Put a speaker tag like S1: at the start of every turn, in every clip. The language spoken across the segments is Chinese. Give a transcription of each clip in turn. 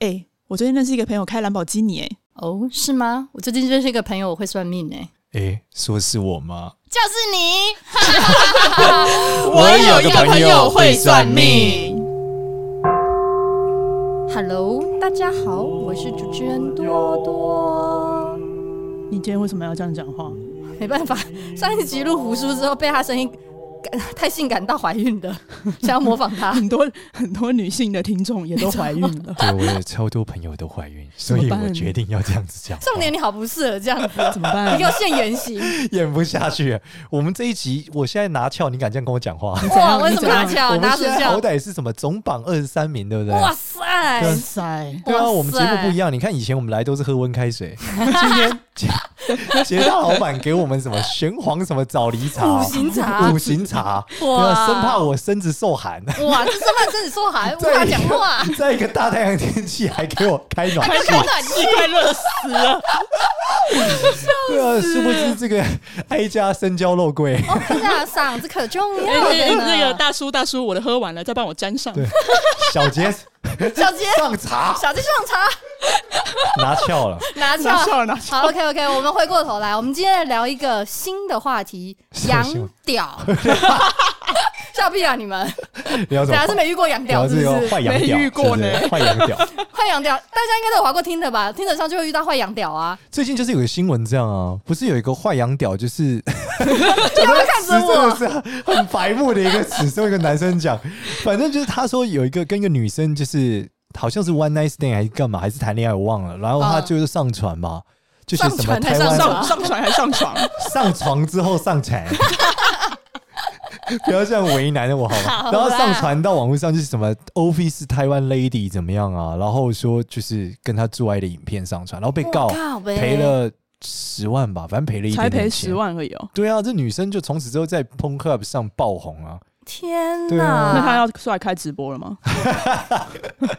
S1: 哎、我最近认识一个朋友开兰博基尼、哎，
S2: 哦，是吗？我最近认识一个朋友，我会算命哎、
S3: 诶，说是我吗？
S2: 就是你。
S3: 我有个朋友会算命。
S2: Hello，大家好，我是主持人多多。
S1: 你今天为什么要这样讲话？
S2: 没办法， 上一集录胡叔之后，被他声音感太性感到怀孕的， 想要模仿 他。
S1: 很多很多女性的听众也都怀孕了，
S3: 对，我有超多朋友都怀孕，所
S1: 么
S3: 以
S1: 办
S3: 我决定要这样子讲话。
S2: 少年，你好不适合这样 子，
S1: 怎么
S2: 你
S1: 办
S2: 给？我现原形。
S3: 演不下去。啊我们这一集，我现在拿翘，你敢这样跟我讲话？
S1: 怎样
S2: 哇，我怎么拿
S1: 你
S2: 翘？
S3: 我们
S2: 啊拿什
S3: 现
S2: 么
S3: 在好
S2: 翘？
S3: 歹是什么总榜二十三名，对不对？
S2: 哇塞！
S1: 哇塞，
S3: 对
S2: 哇
S3: 啊，
S2: 塞
S3: 我们节目不一样。你看以前我们来都是喝温开水，今天杰杰大老板给我们什么玄黄什么枣梨茶、
S2: 五行茶
S3: 五行茶，对
S2: 哇
S3: 啊，生怕我身子受寒，
S2: 哇，这是万圣说还无法讲 话，
S3: 在一个大太阳天气还给我开暖气，
S2: 开暖气，
S1: 快热死 了！
S3: 对啊，殊不知这个哀家深交肉桂，
S2: 哦，这样嗓子可重
S1: 哎、
S2: 要的呢。
S1: 那个大叔大叔，我的喝完了，再帮我沾上。
S3: 对 小杰
S2: 小杰，
S3: 上茶
S2: 小杰上茶，
S3: 拿翘了，
S2: 拿翘
S1: 拿。笑拿笑，
S2: 好，OK OK，我们回过头来，我们今天来聊一个新的话题
S3: 什，么
S2: 养
S3: 新闻
S2: 屌。 笑屁啊！你们
S3: 聊什
S2: 本来啊是
S3: 么？
S2: 没遇过养屌，
S3: 聊
S2: 是不
S3: 这个
S2: 是？
S3: 坏羊屌，
S1: 没遇过呢
S3: 是不是坏羊屌。
S2: 坏养屌，大家应该都有划过听的吧？听得上就会遇到坏养屌啊！
S3: 最近就是有个新闻这样啊，不是有一个坏羊 屌，就是
S2: 不 要看
S3: 是
S2: 着我，
S3: 真的是很白目的一个词，是一个男生讲，反正就是他说有一个跟一个女生就是好像是 one night stand 还是干嘛，还是谈恋爱我忘了，然后他
S2: 嗯
S3: 就是上船嘛，就是什
S2: 上
S3: 么
S2: 船还
S3: 台湾
S1: 上
S2: 上
S1: 上床还上床，
S3: 上床之后 上船。不要这样为难我好
S2: 好啦
S3: 吗？然后上传到网络上就是什么 Office 台湾 Lady 怎么样啊？然后说就是跟他做爱的影片上传，然后被告
S2: 靠呗
S3: 赔了十万吧，反正赔了一
S1: 才
S3: 点
S1: 赔
S3: 点
S1: 十
S3: 钱。
S1: 万而已哦。
S3: 对啊，这女生就从此之后在 p o n c l u b 上爆红啊。
S2: 天
S3: 对啊
S1: 那他
S2: 哪！
S1: 要出来开直播了吗？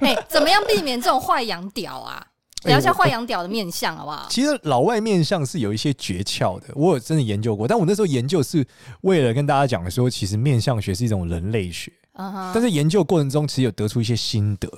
S2: 哎，怎么样避免这种坏养屌啊？
S3: 哎
S2: 聊一下坏养屌的面相好不好？
S3: 其实老外面相是有一些诀窍的，我有真的研究过，但我那时候研究是为了跟大家讲说，其实面相学是一种人类学，
S2: 嗯哼
S3: 但是研究过程中其实有得出一些心得。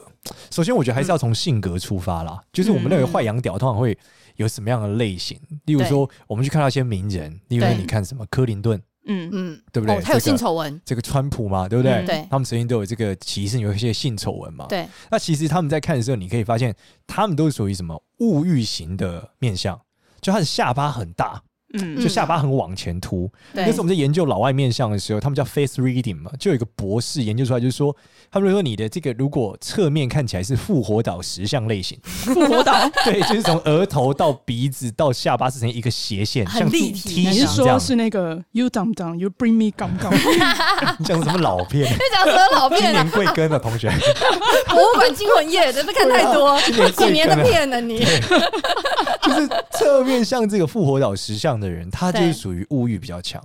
S3: 首先，我觉得还是要从性格出发
S2: 嗯
S3: 啦，就是我们认为坏羊屌通常会有什么样的类型，例如说我们去看到一些名人，例如说
S2: 对
S3: 你看什么克林顿，
S1: 嗯，
S2: 嗯，
S3: 对不对
S2: 哦，他有
S3: 这个
S2: 性丑闻，
S3: 这个川普嘛，对不对？
S1: 嗯
S2: 对
S3: 他们曾经都有这个歧视，有一些性丑闻嘛。
S2: 对，
S3: 那其实他们在看的时候，你可以发现他们都是属于什么物欲型的面相，就他的下巴很大，
S1: 嗯，
S3: 就下巴很往前凸。
S2: 对
S3: 那时候我们在研究老外面相的时候，他们叫 face reading 嘛，就有一个博士研究出来，就是说他们说你的这个如果侧面看起来是复活岛石像类型，
S1: 复活
S2: 啊
S1: 岛，
S3: 对，就是从额头到鼻子到下巴是成一个斜线，
S2: 很
S3: 像
S2: 立
S3: T
S2: 体
S3: 梯
S1: 你
S2: 那
S1: 是
S3: 形这
S1: 说
S3: 样，
S1: 是那个 You dumb dumb, you bring me gum gum？
S3: 像什么老片，
S2: 被讲成老
S3: 今
S2: 片啊
S3: 年，贵庚的 同学。
S2: 博物馆惊魂夜，真的看太多，
S3: 啊
S2: 几年的片了你。
S3: 就是侧面像这个复活岛石像的人，他就
S2: 对
S3: 是属于物欲比较强，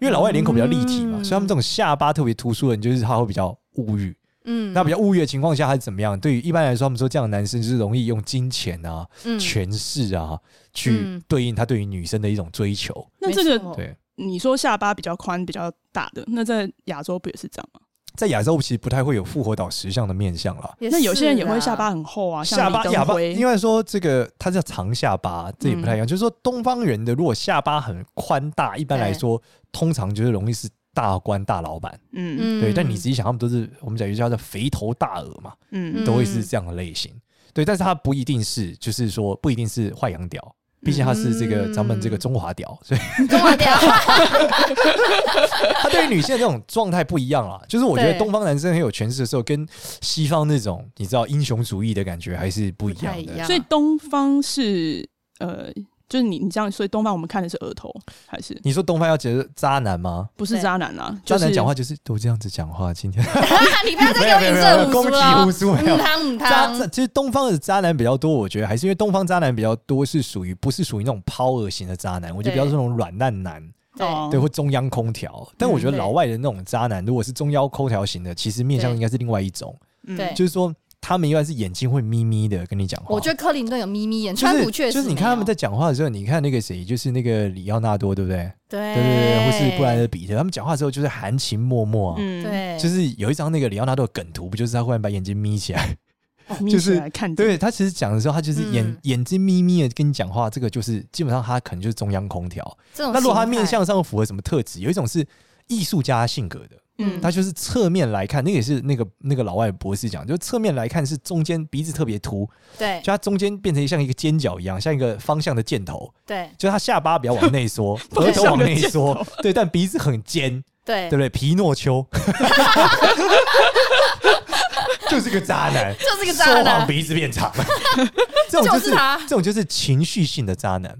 S3: 因为老外脸孔比较立体嘛，
S1: 嗯
S3: 所以他们这种下巴特别突出的人，就是他会比较物欲。
S2: 嗯
S3: 那比较物欲的情况下，他是怎么样？对于一般来说，他们说这样的男生就是容易用金钱啊、
S2: 嗯
S3: 权势啊去
S2: 嗯哦
S3: 对应他对于女生的一种追求。
S1: 那这个
S2: 没错
S3: 对，
S1: 你说下巴比较宽、比较大的，那在亚洲不也是这样吗？
S3: 在亚洲其实不太会有复活岛石像的面相啦。
S2: 也
S1: 那有些人也
S2: 是啊
S1: 会下巴很厚啊，像
S3: 下巴
S1: 李登
S3: 哑巴，
S1: 辉
S3: 因为说这个它叫长下巴，这也不太
S2: 嗯
S3: 一样。就是说东方人的如果下巴很宽大，一般来说通常就是容易是大官大老板。
S1: 嗯
S2: 嗯
S3: 对，但你仔细想，他们都是我们讲一句叫做肥头大耳嘛，
S1: 嗯
S2: 嗯
S3: 都会是这样的类型。对，但是他不一定是，就是说不一定是坏羊屌，
S2: 嗯
S3: 毕竟他是这个咱们这个中华屌， 所以
S2: 中华调，
S3: 他对于女性的这种状态不一样啦。就是我觉得
S2: 对
S3: 东方男生很有权势的时候，跟西方那种你知道英雄主义的感觉还是不一
S2: 不太
S3: 样
S2: 一
S3: 的。
S2: 样
S1: 所以东方是呃，就是你你这样，所以东方我们看的是额头，还是
S3: 你说东方要觉得渣男吗？
S1: 不是渣男啊？
S3: 渣
S1: 就是
S3: 男讲话就是都这样子讲话，今天
S2: 你不要再给我影射
S3: 攻
S2: 五叔
S3: 击
S2: 了
S3: 胡
S2: 哦。
S3: 叔没有
S2: 嗯。汤嗯
S3: 渣渣
S2: 汤，
S3: 其实东方的渣男比较多，我觉得还是因为东方渣男比较多是属于不是属于那种 power 型的渣男，我觉得比较是那种软烂男，
S1: 哦
S2: 对，
S3: 对，或中央空调。但我觉得
S2: 对
S3: 老外的那种渣男，如果是中央空调型的，其实面相应该是另外一种，
S1: 嗯
S2: 对
S3: 就是说他们应该是眼睛会眯眯的跟你讲话。
S2: 我觉
S3: 得。
S2: 得克林顿有眯眯眼，
S3: 就
S2: 川
S3: 是
S2: 普确实
S3: 就是你看他们在讲话的时候，你看那个谁，就是那个里奥纳多，对不对？
S2: 没有对
S3: 对对对，或是布莱德彼特，他们讲话的时候就是含情脉脉啊，
S1: 嗯，
S2: 对，
S3: 就是有一张那个里奥纳多的梗图，不就是他忽然把眼睛眯起来，
S1: 眯
S3: 就
S1: 起
S3: 是
S1: 来看着，
S3: 对他其实讲的时候，他就是眼、
S2: 嗯
S3: 眼睛眯眯的跟你讲话，这个就是基本上他可能就是中央空调。
S2: 这种
S3: 那如果他
S2: 心态
S3: 面相上符合什么特质，有一种是艺术家性格的，
S2: 嗯
S3: 他就是侧面来看，那个也是那个那个老外博士讲，就侧面来看是中间鼻子特别凸，
S2: 对
S3: 就它中间变成像一个尖角一样，像一个方向的箭头，
S2: 对
S3: 就是他下巴比较往内 缩，额头往内缩，对，但鼻子很尖，
S2: 对
S3: 对不，对？皮诺丘 就是个渣男，
S2: 就是个渣
S3: 说谎
S2: 男，
S3: 鼻子变 长，这种就
S2: 就是是他
S3: 这种就是情绪性的渣男，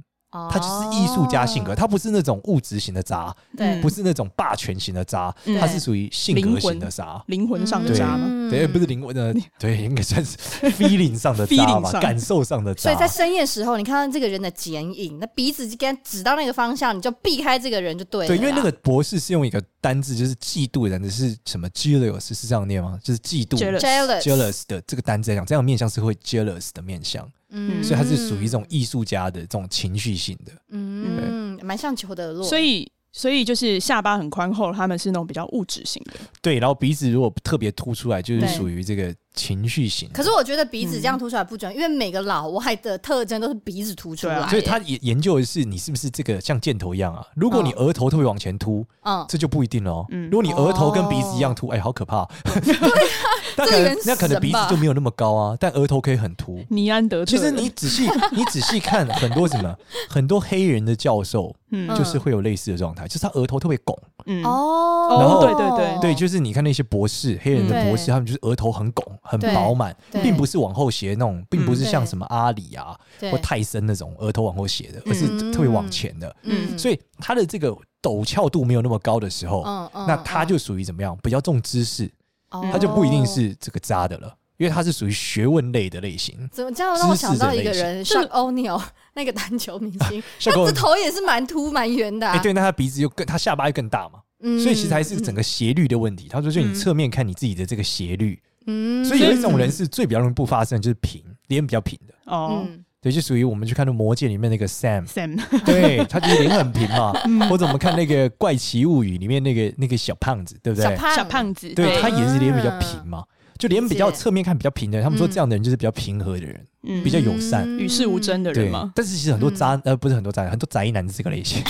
S3: 他就是艺术家性格，
S2: 哦，嗯
S3: 他不是那种物质型的渣，
S2: 对，
S3: 不是那种霸权型的渣，
S1: 嗯
S3: 他是属于性格型的渣。
S1: 灵魂上的
S3: 对
S1: 渣嘛。
S2: 嗯
S3: 对，不是灵魂的，对，应该算是 feeling 上的渣
S1: feeling
S3: 吧，
S1: 上
S3: 感受上的渣
S2: 所以。在深夜时候，你看到这个人的剪影，那鼻子就给他指到那个方向，你就避开这个人就对了啦。
S3: 对，因为那个博士是用一个单字，就是嫉妒人的是什么 jealous 是这样念吗？就是嫉妒
S1: Jealous
S2: jealous，,
S3: jealous 的这个单字来讲，这样的面相是会 jealous 的面相，
S2: 嗯
S3: 所以他是属于一种艺术家的这种情绪性的。
S2: 嗯，蛮像裘德洛，
S1: 所以，所以就是下巴很宽厚，他们是那种比较物质型的。
S3: 对，然后鼻子如果特别凸出来，就是
S2: 对
S3: 属于这个情绪型的。
S2: 可是我觉得鼻子这样凸出来不准，因为每个老外的特征都是鼻子凸出来、
S1: 对啊
S3: 所以他研研究的是你是不是这个像箭头一样啊？如果你
S2: 嗯
S3: 额头特别往前凸，
S2: 嗯，哦啊
S3: 这就不一定了哦。
S1: 嗯
S3: 如果你额头跟鼻子一样凸，哎、好可 怕。那可
S2: 这个
S3: 能
S2: 人
S3: 那可能
S2: 神
S3: 鼻子
S2: 吧
S3: 就没有那么高啊，但额头可以很凸。
S1: 尼安德
S3: 其
S1: 特
S3: 实
S1: 人，
S3: 你 仔细你仔细看很多什么，很多黑人的教授
S1: 嗯
S3: 就是会有类似的状态，就是他额头特别拱。
S1: 嗯
S2: 哦，嗯
S3: 然后
S1: 对对对
S3: 对，就是你看那些博士，黑人的博士，
S2: 对
S3: 他们就是额头很拱，很
S2: 对
S3: 饱满，
S2: 对
S3: 并不是往后斜那种，并不是
S2: 嗯
S3: 像
S2: 对
S3: 什么阿里啊
S2: 对
S3: 或泰森那种额头往后斜的，而是
S2: 嗯
S3: 特别往前的。
S2: 嗯
S3: 所以他的这个陡峭度没有那么高的时候，
S2: 嗯嗯
S3: 那他就属于怎么样？比较重知识，
S2: 嗯
S3: 他就不一定
S2: 哦
S3: 是这个渣的了，因为他是属于学问类的类型。
S2: 怎么这样让我想到一个人
S1: 知识的类型
S2: ，Shaq O'Neal 那个篮球明 星，
S3: 像
S2: 这
S3: 我，
S2: 头啊也是蛮凸蛮圆的、啊
S3: 哎，对，那他鼻子又更，他下巴又更大嘛，
S2: 嗯
S3: 所以其实还是整个斜率的问题。他说，就你
S1: 嗯
S3: 侧面看你自己的这个斜率，
S2: 嗯
S3: 所以有一种人是最比较容易不发生的，就是平脸比较平的。
S1: 哦
S2: 嗯
S3: 对，就属于我们去看那《魔戒》里面那 个 Sam，
S1: ，Sam，
S3: 对他就是脸很平嘛，
S1: 嗯
S3: 或者我们看那个《怪奇物语》里面那个那个小胖子，对不
S2: 小
S3: 对？
S2: 胖
S1: 小胖子，
S3: 对他也是脸比较
S2: 啊
S3: 平嘛，就脸比较
S2: 理解
S3: 侧面看比较平的人，他们说
S2: 嗯
S3: 这样的人就是比较平和的人。
S1: 嗯
S3: 比较友善
S1: 与世无争
S2: 的
S1: 的嗯人
S3: 对
S1: 嘛，，
S3: 但是其实很多
S2: 嗯
S3: 渣、呃不是很多渣男，很多宅男是这个 类型，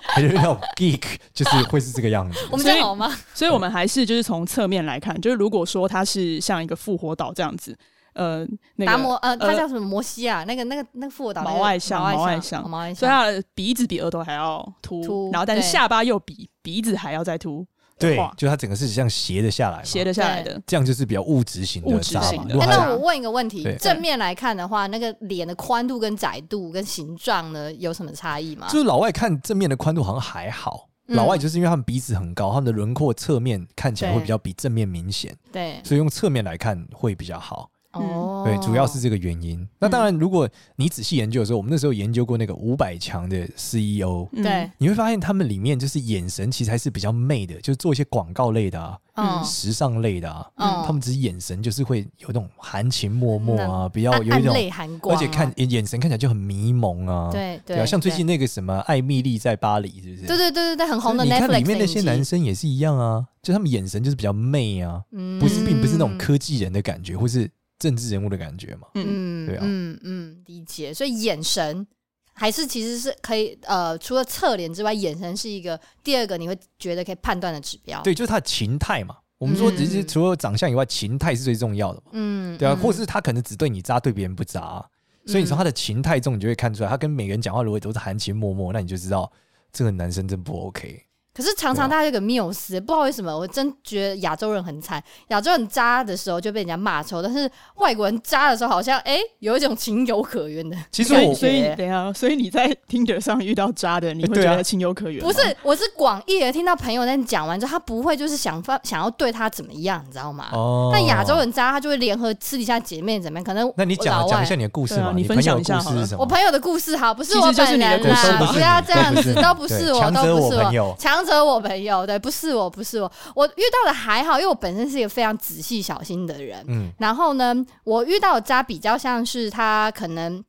S3: 还是那种 geek，就是会是这个样子。
S2: 我们这样好吗？
S1: 所以我们还是就是从侧面来看，就是如果说他是像一个复活岛这样子，呃，那
S2: 达
S1: 个
S2: 摩呃，
S1: 呃
S2: 他叫什么摩西啊？那个那个那个富我岛那个
S1: 毛外向
S2: 毛
S1: 毛
S2: 外
S1: 外
S2: 向
S1: 向
S2: 哦毛外
S1: 所以
S2: 向，
S1: 他的鼻子比额头还要凸，
S2: 凸
S1: 然后但是
S2: 对
S1: 下巴又比鼻子还要再凸，
S3: 对
S1: 哇，
S3: 就他整个是这样斜的下来嘛，
S1: 斜的下来的，
S3: 这样就是比较物质型的
S1: 物质
S3: 渣
S1: 型
S3: 嘛。
S1: 的
S3: 如果
S2: 哎，
S1: 但
S3: 他
S2: 那
S1: 还
S2: 我问一个问题
S3: 啊对，
S2: 正面来看的话，那个脸的宽度跟窄度跟形状呢，有什么差异吗？
S3: 就是老外看正面的宽度好像还好。
S2: 嗯
S3: 老外就是因为他们鼻子很高，他们的轮廓侧面看起来
S2: 对
S3: 会比较比正面明显，
S2: 对，
S3: 所以用侧面来看会比较好。
S2: 哦，
S3: 嗯对，主要是这个原因。那当然，如果你仔细研究的时候，我们那时候研究过那个五百强的 CEO，
S1: 嗯
S2: 对，，
S3: 你会发现他们里面就是眼神其实还是比较媚的，就是做一些广告类的啊，
S2: 嗯
S3: 时尚类的啊，
S2: 嗯，
S3: 他们只是眼神就是会有那种含情脉脉啊，比较
S2: 暗
S3: 有一
S2: 暗
S3: 种，
S2: 泪含光
S3: 而
S2: 啊，
S3: 且看眼神看起来就很迷蒙啊，
S2: 对
S3: 对啊，像最近那个什么艾米丽在巴黎是不是？
S2: 对对对对对，很红的
S3: 你
S2: Netflix
S3: 看里面那些
S2: 影
S3: 男
S2: 集，
S3: 生也是一样啊，就他们眼神就是比较媚啊，
S2: 嗯
S3: 不是并不是那种科技人的感觉，或是政治人物的感觉嘛。
S1: 嗯，
S2: 嗯，
S3: 对啊
S2: 嗯嗯，理解。所以眼神还是其实是可以，呃，除了侧脸之外，眼神是一个第二个你会觉得可以判断的指标。，
S3: 对，就是他的情态嘛。我们说，
S2: 嗯
S3: 其实除了长相以外，情态是最重要的嘛。
S2: 嗯，
S3: 对啊，
S2: 嗯
S3: 或是他可能只对你渣，对别人不渣啊、所以你从他的情态中，你就会看出来，他跟每个人讲话如果都是含情脉脉，那你就知道这个男生真不 OK。
S2: 可是常
S3: 啊
S2: 常大家有个缪斯，不知道为什么，我真觉得亚洲人很惨。亚洲人渣的时候就被人家骂臭，但是外国人渣的时候好像哎、有一种情有可原的。
S3: 其实
S1: 所以
S3: 我
S1: 所以
S2: 对
S1: 等一下，所以你在 Tinder 上遇到渣的，你会
S3: 对啊
S1: 觉得情有可原吗？
S2: 不是，我是广义的听到朋友在讲完之后，他不会就是想法想要对他怎么样，你知道吗？
S3: 哦
S2: 但亚洲，人渣，他就会联合私底下姐妹怎么样？可能
S3: 那你
S2: 老
S3: 讲
S2: 外
S3: 讲一下你的故事
S1: 对
S3: 嘛？
S1: 啊你
S3: 朋
S1: 分
S3: 友
S1: 享
S3: 的
S1: 一下
S3: 故事是什么？
S2: 我朋友的故事哈，不是我
S1: 其实就是
S2: 本
S1: 你的
S2: 人
S1: 故事
S2: 啦，
S1: 吧
S2: 不啊要这样子，
S3: 对
S2: 都不是
S3: 对
S2: 我，
S3: 强
S2: 都
S3: 者
S2: 不是
S3: 我朋
S2: 我
S3: 友，
S2: 强者我朋友，对，不是我，不是我，我遇到的还好，因为我本身是一个非常仔细小心的人。
S3: 嗯
S2: 然后呢，我遇到的渣比较像是他可能。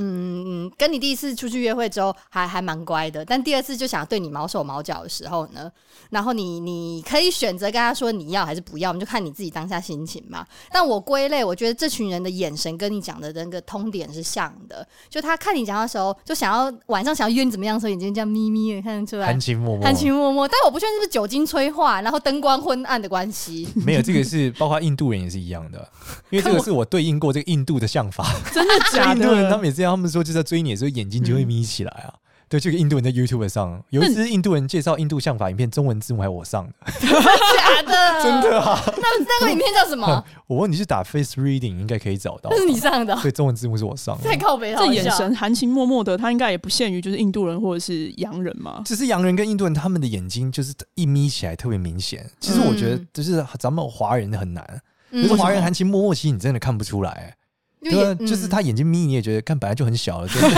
S2: 嗯，嗯跟你第一次出去约会之后还还蛮乖的，但第二次就想对你毛手毛脚的时候呢，然后你你可以选择跟他说你要还是不要，我们就看你自己当下心情嘛。但我归类，我觉得这群人的眼神跟你讲的那个通点是像的，就他看你讲话的时候，就想要晚上想要约你怎么样的时候，眼睛这样眯眯的看得出来
S3: 含。情脉脉，
S2: 含情脉脉，但我不确定是不是酒精催化，然后灯光昏暗的关系。
S3: 没有这个是包括印度人也是一样的，因为这个是我对应过这个印度的相 法，
S1: 真的假
S3: 印度人他
S1: 的？
S3: 们也这样，他们说就是在追你的时候眼睛就
S2: 嗯
S3: 会眯起来啊。对，这个印度人在 YouTube 上有一支印度人介绍印度相法影片，中文字幕还我上的，
S2: 假的，
S3: 真。的啊！
S2: 那那个影片叫什 么？
S3: 我问你去打 Face Reading 应该可以找到吧
S2: 那，是你上的哦，
S3: 对，中文字幕是我上的
S2: 太。靠北了，
S1: 这
S2: 好
S1: 眼
S2: 笑
S1: 神含情脉脉的，他应该也不限于就是印度人或者是洋人 嘛。
S3: 只是洋人跟印度人他们的眼睛就是一眯起来特别明显，其实我觉得
S2: 嗯
S3: 就是咱们华人很难，
S2: 嗯
S3: 就是华人含情脉脉，其实你真的看不出来。
S2: 因为
S3: 对啊，
S2: 眼
S3: 就是
S2: 嗯
S3: 他眼睛眯，你也觉得看本来就很 小了，对不对？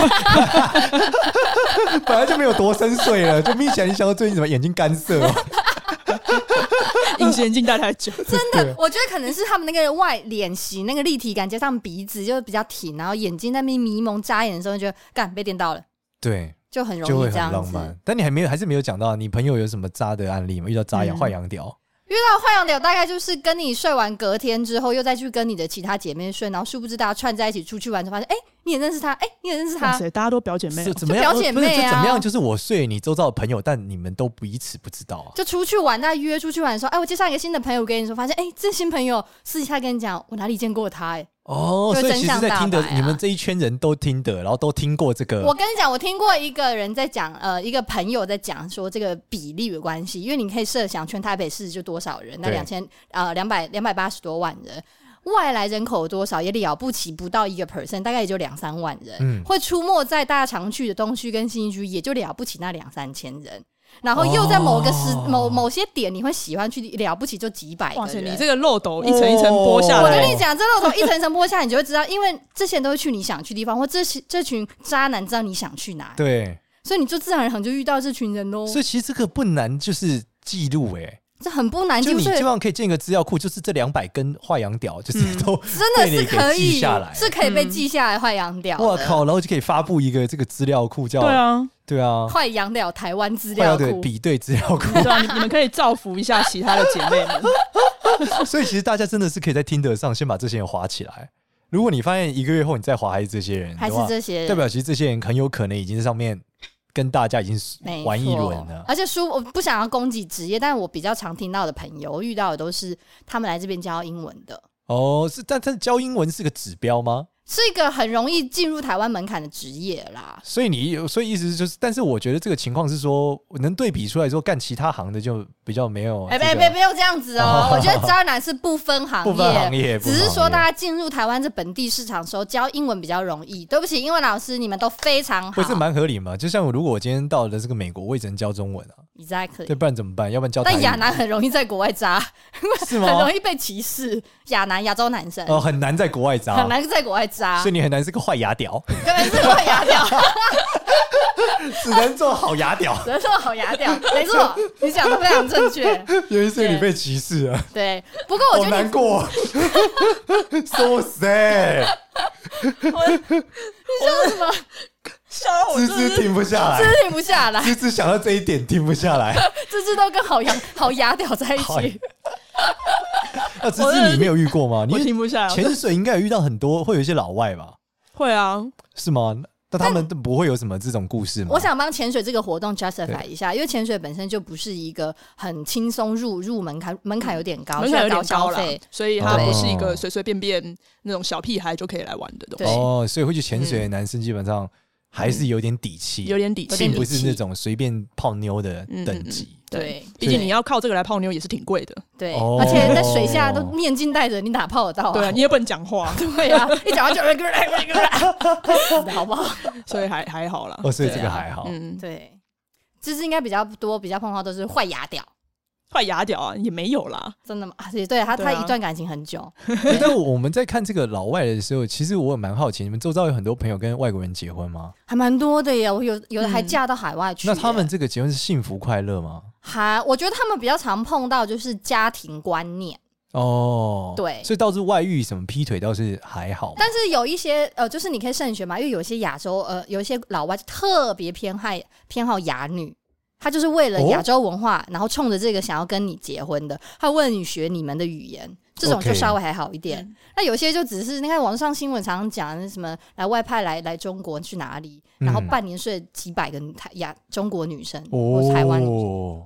S3: 本来就没有多深邃了，就眯起来，你想到最近怎么眼睛干涩、哦？
S1: 隐形眼镜戴太久，
S2: 真
S3: 啊
S2: 的，我觉得可能是他们那个外脸型那个立体感，加上鼻子就比较挺，然后眼睛在那边迷蒙眨眼的时候，就觉得干被电到了，
S3: 对，
S2: 就很容
S3: 就
S2: 易
S3: 会
S2: 这
S3: 很
S2: 样
S3: 浪
S2: 子。
S3: 漫。但你还没有，还是没有讲到你朋友有什么渣的案例吗？遇到渣羊、
S1: 嗯
S3: 坏羊屌，
S2: 遇到坏羊柳大概就是跟你睡完隔天之后，又再去跟你的其他姐妹睡，然后殊不知大家串在一起出去玩，就发现哎、你也认识他，哎、你也认识
S1: 哇
S2: 他，
S1: 塞，大家都表姐妹
S3: 是
S1: 哦，
S3: 怎么样？
S2: 就表姐
S3: 呃不是
S2: 妹啊
S3: 就怎么样？就是我睡你周遭的朋友，但你们都彼此不知道啊。
S2: 就出去玩，大家约出去玩的时候，哎、我介绍一个新的朋友给你说，发现哎、这新朋友私底下跟你讲，我哪里见过他、哎。
S3: 哦，
S2: 就
S3: 所以
S2: 真
S3: 其实，
S2: 相
S3: 在
S2: 大
S3: 听的
S2: 白啊
S3: 你们这一圈人都听的，然后都听过这个。
S2: 我跟你讲，我听过一个人在讲，呃，一个朋友在讲说这个比例有关系，因为你可以设想全台北市就多少人，那
S3: 对
S2: 两千呃两百两百八十多万人，外来人口多少也了不起，不到一个 percent，大概也就两三万人，
S3: 嗯
S2: 会出没在大家常去的东区跟新一区，也就了不起那两三千人。然后又在某个时、
S3: 哦
S2: 某某些点，你会喜欢去了不起就几百个人。
S1: 哇塞，你这个漏斗一层一层剥下
S2: 我
S1: 来
S2: 跟
S3: 哦，
S2: 你讲，真的，我从一层一层剥下来，你就会知道，因为这些人都会去你想去的地方，或这些这群渣男知道你想去哪，
S3: 对，
S2: 所以你就自然而然就遇到这群人喽。
S3: 所以其实这个不难，就是记录哎、
S2: 这很不难
S3: 就
S2: 记，
S3: 你
S2: 所以
S3: 基本上可以建一个资料库，就是这两百根坏羊屌，就是都、
S2: 真嗯的是可
S3: 被你给
S2: 以
S3: 记下来
S2: 是可以被记下来坏羊屌的。
S3: 哇靠，然后就可以发布一个这个资料库叫
S1: 对啊，
S3: 对啊，
S2: 坏羊屌台湾资
S3: 坏
S2: 料
S3: 羊对
S2: 库，
S3: 比对资料 库，
S1: 对啊，你你们可以造福一下其他的姐妹们。
S2: 啊
S3: 所以其实大家真的是可以在听得上先把这些人划起来。如果你发现一个月后你再划还是这些人
S2: 还
S3: 的
S2: 是
S3: 话，
S2: 这些
S3: 代表其实这些人很有可能已经在上面跟大家已经是
S2: 没
S3: 玩一
S2: 错
S3: 轮啊了。
S2: 而且书我不想要攻击职业，但我比较常听到的朋友遇到的都是他们来这边教英文的。
S3: 哦，是，但但教英文是个指标吗？
S2: 是一个很容易进入台湾门槛的职业啦，
S3: 所以你有，所以意思就是，但是我觉得这个情况是说，能对比出来说，干其他行的就比较没有、
S2: 哎、
S3: 哦这
S2: 别
S3: 个
S2: 别别用这样子哦！我觉得渣男是不分行
S3: 不分行业，
S2: 只是说大家
S3: 家
S2: 进入台湾这本地市场的时候，教英文比较容易。对不起，英文老师，你们都非常好
S3: 不是蛮合理嘛？就像我如果我今天到了这个美国，我也只能教中文啊，对，
S2: ，exactly。
S3: 不然怎么办？要不然教台
S2: 但
S3: 语
S2: 亚男很容易在国外渣，
S3: 是
S2: 很
S3: 吗
S2: 容？易被歧视。亚男亚洲男生、
S3: 哦，很难在国外
S2: 很
S3: 扎，
S2: 难在国外渣
S3: 所以，你很难是个坏 牙屌，
S2: 根本是坏牙 屌，
S3: 只能做好牙屌。
S2: 只能说好牙屌。没错，你讲的非常正确。
S3: 原因是你被歧视了，
S2: 对，不过我
S3: 好
S2: 觉得
S3: 难
S2: 你
S3: 过 ，so sad，
S1: 笑我
S3: 芝芝停不下来，
S2: 支持不下来，
S3: 芝芝想到这一点停不下来。
S2: 这只都跟好 牙好牙屌在一
S3: 好
S2: 起。
S3: 那芝芝你没有遇过吗？
S1: 我
S3: 你
S1: 停不下来。
S3: 潜水应该有遇到很多，会有一些老外吧？
S1: 会啊，
S3: 是吗？那他们都不会有什么这种故事吗？
S2: 我想帮潜水这个活动 justify 一下，因为潜水本身就不是一个很轻松入入门槛，门槛有点高，
S1: 门
S2: 需要
S1: 槛有点
S2: 消
S1: 高啦
S2: 费。，
S1: 所以它不是一
S3: 对
S1: 个随随便便那种小屁孩就可以来玩的东
S2: 对
S1: 西，
S3: 哦，所以会去潜水的男生基本上还是有点底气，
S1: 有点底
S2: 嗯有
S1: 气
S2: 点
S3: 并
S2: 底。
S3: 不是那种随便泡妞的等级。
S2: 对
S1: 毕竟你要靠这个来泡妞也是挺贵的，
S2: 对，
S3: 哦
S2: 而且在水下都面镜戴着，你哪泡得到
S1: 对啊，
S2: 啊？，
S1: 你也不能讲话
S2: 对啊，一讲话就死的好 不好？
S1: 所以还还好啦。
S3: 哦，所以这
S1: 对
S3: 个
S1: 啊
S3: 还好。
S1: 嗯，
S2: 对，就是应该比较多，比较碰到都是坏牙屌，
S1: 坏牙屌啊，也没有啦。
S2: 真的吗？ 啊，对，对他
S1: 对
S2: 他
S1: 啊
S2: 一段感情很久，
S3: 诶但我们在看这个老外的时候，其实我也蛮好奇，你们周遭有很多朋友跟外国人结婚吗？
S2: 还蛮多的耶。我有有的还
S1: 嗯
S2: 嫁到海外去耶。
S3: 那他们这个结婚是幸福快乐吗？
S2: 还，我觉得他们比较常碰到就是家庭观念。
S3: 哦，
S2: 对
S3: 所以倒是外遇什么劈腿倒是还好嘛，
S2: 但是有一些呃，就是你可以慎选嘛，因为有一些亚洲呃，有一些老外就特别偏爱偏好哑女，他就是为了
S3: 哦
S2: 亚洲文化，然后冲着这个想要跟你结婚的，他为了你学你们的语言，这种就
S3: OK
S2: 稍微还好一
S1: 嗯
S2: 点。那有些就只是你看网上新闻常常讲什么来外派来来中国去哪里，然后
S3: 嗯
S2: 半年睡几百个女台亚中国女生、或
S3: 哦，
S2: 台湾女生，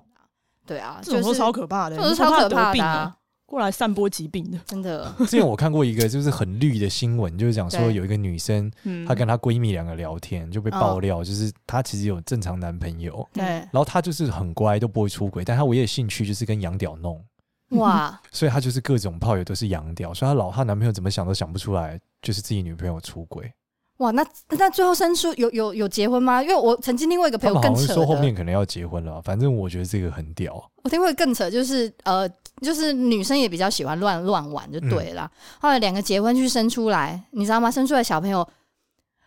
S2: 对啊，
S1: 这种
S2: 就
S1: 都
S2: 是
S1: 超可怕的，
S2: 这种
S1: 你
S2: 超
S1: 怕
S2: 可
S1: 得
S2: 怕
S1: 病
S2: 的啊
S1: 啊，过来散播疾病的。
S2: 真的，
S3: 之前我看过一个就是很绿的新闻，就是讲说
S2: 对
S3: 有一个女生，
S1: 嗯，
S3: 她跟她闺蜜两个聊天，就被
S2: 嗯
S3: 爆料，就是她其实有正常男朋友，
S2: 对，
S3: 然后她就是很乖，都不会出轨，但她唯一的兴趣就是跟洋屌弄，
S2: 哇，
S3: 所以她就是各种炮友都是洋屌，所以她老她男朋友怎么想都想不出来，就是自己女朋友出轨。
S2: 哇，那那最后生出有有有结婚吗？因为我曾经另外一个朋
S3: 他
S2: 友
S3: 们
S2: 更
S3: 好像
S2: 扯
S3: 说后
S2: 的，
S3: 面可能要结婚了，啊反正我觉得这个很屌。
S2: 我听过一个更扯，就是呃，就是女生也比较喜欢乱乱玩
S3: 嗯
S2: 就对了啦。后来两个结婚去生出来，你知道吗？生出来小朋友。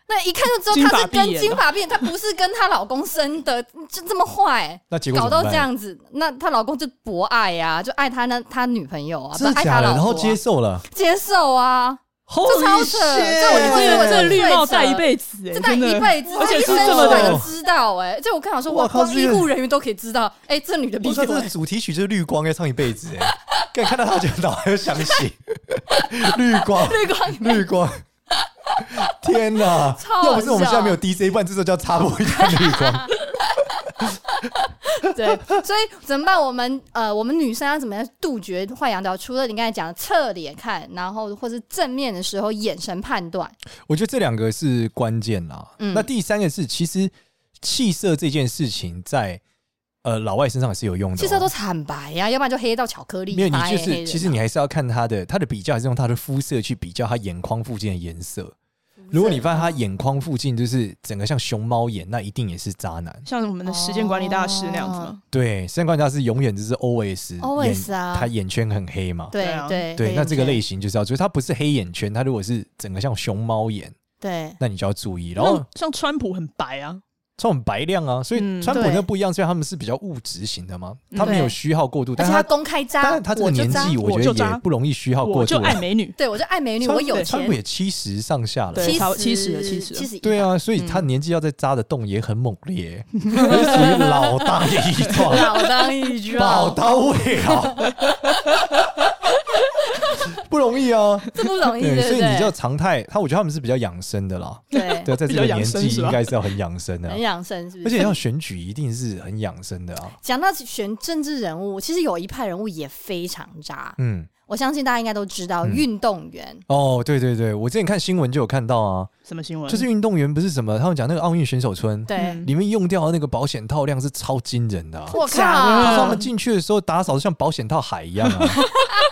S2: 那一看就知
S1: 金
S2: 道
S1: 发
S2: 她是跟
S1: 碧眼
S2: 金
S1: 啊
S2: 发碧眼，她不是跟她老公生的，就这么坏、
S3: 那结果
S2: 搞
S3: 怎么
S2: 到
S3: 办
S2: 这，样子，那她老公就博爱啊，就爱她那她女朋友啊，不
S3: 真的
S2: 爱
S3: 假
S2: 她
S3: 的？
S2: 老婆、啊，
S3: 然后接受了，
S2: 接受啊，这超
S3: Holy
S2: 扯
S3: shit！
S2: 这我
S1: 这
S2: 觉得
S1: 个这个
S2: 对
S1: 绿帽戴
S2: 对
S1: 一辈子，哎
S2: 这戴
S1: 真的
S2: 一辈子，
S3: 而且
S2: 一
S3: 是
S2: 生
S3: 这
S2: 出
S3: 么
S2: 来
S3: 的
S2: 就知道哎、就我看好说，
S3: 哇
S2: 哇，
S3: 靠
S2: 光
S3: 这
S2: 医
S3: 个
S2: 护人员都可以知道，哎、这女的
S3: 我
S2: 比
S3: 操，
S2: 我
S3: 这个主题曲就是绿光，要唱一辈子哎！刚 看到他就脑袋就想 起绿光，
S2: 对光
S3: 绿光。天哪
S2: 超好！笑
S3: 要不是我们现在没有 DJ，不然这时候叫插播一段绿光。
S2: 对，所以怎么办？我们呃，我们女生要怎么样杜绝坏羊角？除了你刚才讲的侧脸看，然后或是正面的时候眼神判断，
S3: 我觉得这两个是关键啦。
S2: 嗯
S3: 那第三个是，其实气色这件事情在呃老外身上也是有用的哦、
S2: 其实都惨白呀、要不然就黑到巧克力，
S3: 没有，你
S2: 白
S3: 就
S2: 黑
S3: 是
S2: 人啊
S3: 其实你还是要看他的他的比较，还是用他的肤色去比较他眼眶附近的颜色。如果你发现他眼眶附近就是整个像熊猫眼，那一定也是渣男。
S1: 像我们的时间管理大师那样子
S2: 哦
S1: 嘛。
S3: 对，三观他是永远就是 always
S2: always 啊
S3: 眼他眼圈很黑嘛。
S2: 对
S1: 对啊
S2: 对
S3: 对，那这个类
S2: 型
S3: 型就是要注意，他不是黑眼圈，他如果是整个像熊猫眼，
S2: 对
S3: 那你就要注
S2: 嗯
S3: 意。然后
S1: 像像川普很白啊，
S3: 这种白亮啊，所以
S1: 嗯
S3: 川普
S2: 对
S3: 那不一样，虽然他们是比较物质型的嘛，
S1: 嗯
S3: 他没有
S2: 对
S3: 虚耗过度，
S2: 而
S3: 但
S2: 且
S3: 他
S2: 他公开渣，
S3: 但是他这个
S2: 我就
S3: 年
S2: 渣
S3: 纪，我
S1: 我
S3: 觉
S1: 就
S3: 得
S1: 渣
S3: 也不容易虚耗过
S1: 我
S3: 度
S1: 就
S3: 啊。
S1: 爱美女。
S2: 对我就爱美女，
S3: 川
S2: 我有
S3: 川
S2: 钱
S3: 普，也七十上下了
S1: 对，
S2: 七
S1: 差不多
S2: 十嗯
S1: 70了70了
S2: 七十，
S3: 对，啊，所以他年纪要再扎的洞也很猛 烈，就是属于老当益壮，
S2: 老当益
S3: 宝
S2: 壮，
S3: 刀未 老，不容易啊。
S2: 这不容易，对
S3: 对，所
S2: 不
S3: 以你就
S2: 对？
S3: 常态，他我觉得他们是比较养生的啦。
S2: 对，
S3: 对，在这
S1: 比较
S3: 个
S1: 养
S3: 年
S1: 生
S3: 纪
S1: 是
S3: 应
S1: 吧
S3: 该是要很养生的啊
S2: 很，养生，是不
S3: 而
S2: 是？
S3: 且要选举一定是很养生的啊。
S2: 讲到选政治人物，其实有一派人物也非常渣，
S3: 嗯，
S2: 我相信大家应该都知道，
S3: 嗯
S2: 运动员
S3: 哦，对对对，我之前看新闻就有看到啊，
S1: 什么新闻？
S3: 就是运动员不是什么，他们讲那个奥运选手村
S2: 对
S1: 嗯，
S3: 里面用掉的那个保险套量是超惊人的、啊。
S2: 我
S1: 假的
S3: 他
S1: 嗯
S3: 说他
S2: 靠
S3: 们，进去的时候打扫得像保险套海 一样啊，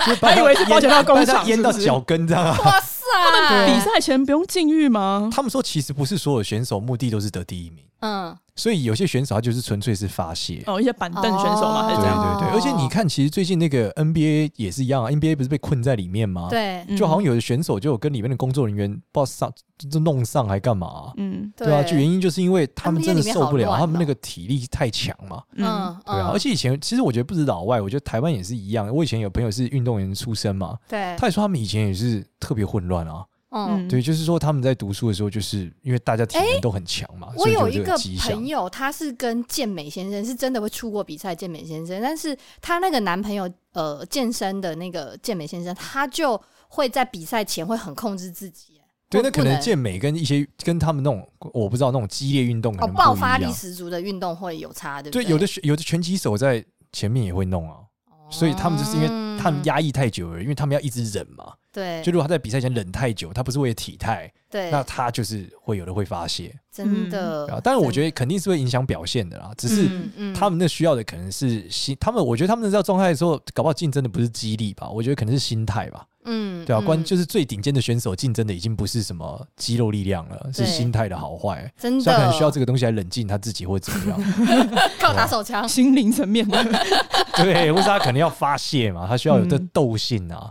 S3: 就是把
S1: 他以为是保险套工
S3: 把它
S1: 厂，
S3: 淹到
S1: 是不是
S3: 脚跟这样啊。
S2: 哇塞，
S1: 比赛前不用禁欲吗？
S3: 他们说其实不是所有选手目的都是得第一名，
S2: 嗯，
S3: 所以有些选手他就是纯粹是发泄。
S1: 哦，一些板凳选手嘛，
S2: 哦
S1: 还
S3: 对
S1: 是
S3: 对
S1: 这样？
S3: 对，而且你看，其实最近那个 NBA 也是一样啊，NBA 不是被困在里面吗？，
S2: 对
S1: 嗯
S3: 就好像有的选手就有跟里面的工作人员不知道上就弄上还干嘛啊、
S1: 嗯
S3: 对啊，就原因就是因为他们
S2: NBA
S3: 真的
S2: 里面
S3: 受
S2: 好
S3: 不了，
S2: 乱
S3: 他们
S2: 哦
S3: 那个体力太强嘛。
S1: 嗯，
S2: 嗯，
S3: 对啊，而且以前其实我觉得不止老外，我觉得台湾也是一样。我以前有朋友是运动员出身嘛，
S2: 对，
S3: 他也说他们以前也是特别混乱啊。
S2: 嗯。
S1: 嗯
S3: 对，就是说他们在读书的时候，就是因为大家体能都很强嘛，
S2: 哎我
S3: 所以就
S2: 有
S3: 有
S2: 一
S3: 这
S2: 个
S3: 个迹象
S2: 朋。友，他是跟健美先生是真的会出过比赛，健美先生，但是他那个男朋友，呃，健身的那个健美先生，他就会在比赛前会很控制自己，
S3: 对，
S2: 不
S3: 那可
S2: 不
S3: 能
S2: 能
S3: 健美跟一些跟他们那种我不知道那种激烈运动可
S2: 哦，
S3: 能
S2: 爆
S3: 不一
S2: 发力
S3: 样。
S2: 十足的运动会有差，对不
S3: 对，
S2: 对？
S3: 有的选有的拳击手在前面也会弄啊，所以他们就是因为他们
S2: 压
S3: 压抑太久了，因为他们要一直忍嘛。
S2: 嗯哦对，
S3: 就如果他在比赛前忍太久，他不是为了体态，
S2: 对，
S3: 那他就是会有的会发泄。
S2: 真的
S3: 对啊，，但是我
S2: 得
S3: 觉得肯定是会影响表现的啦，只是
S1: 嗯
S2: 嗯
S3: 他们那需要的可能是心，他们我觉得他们在这状态的时候，搞不好竞争的不是激励吧，我觉得可能是心态吧，
S2: 嗯
S3: 对啊，关
S2: 嗯
S3: 就是最顶尖的选手竞争的已经不是什么肌肉力量了，是
S2: 对
S3: 心态的好坏，
S2: 真
S3: 所以他可
S2: 的
S3: 能需要这个东西来冷静他自己或怎 么样，
S2: 靠打手枪，
S1: 心灵层面的，
S3: 对，或是他可能要发泄嘛，他需要有这
S1: 嗯
S3: 斗性啊。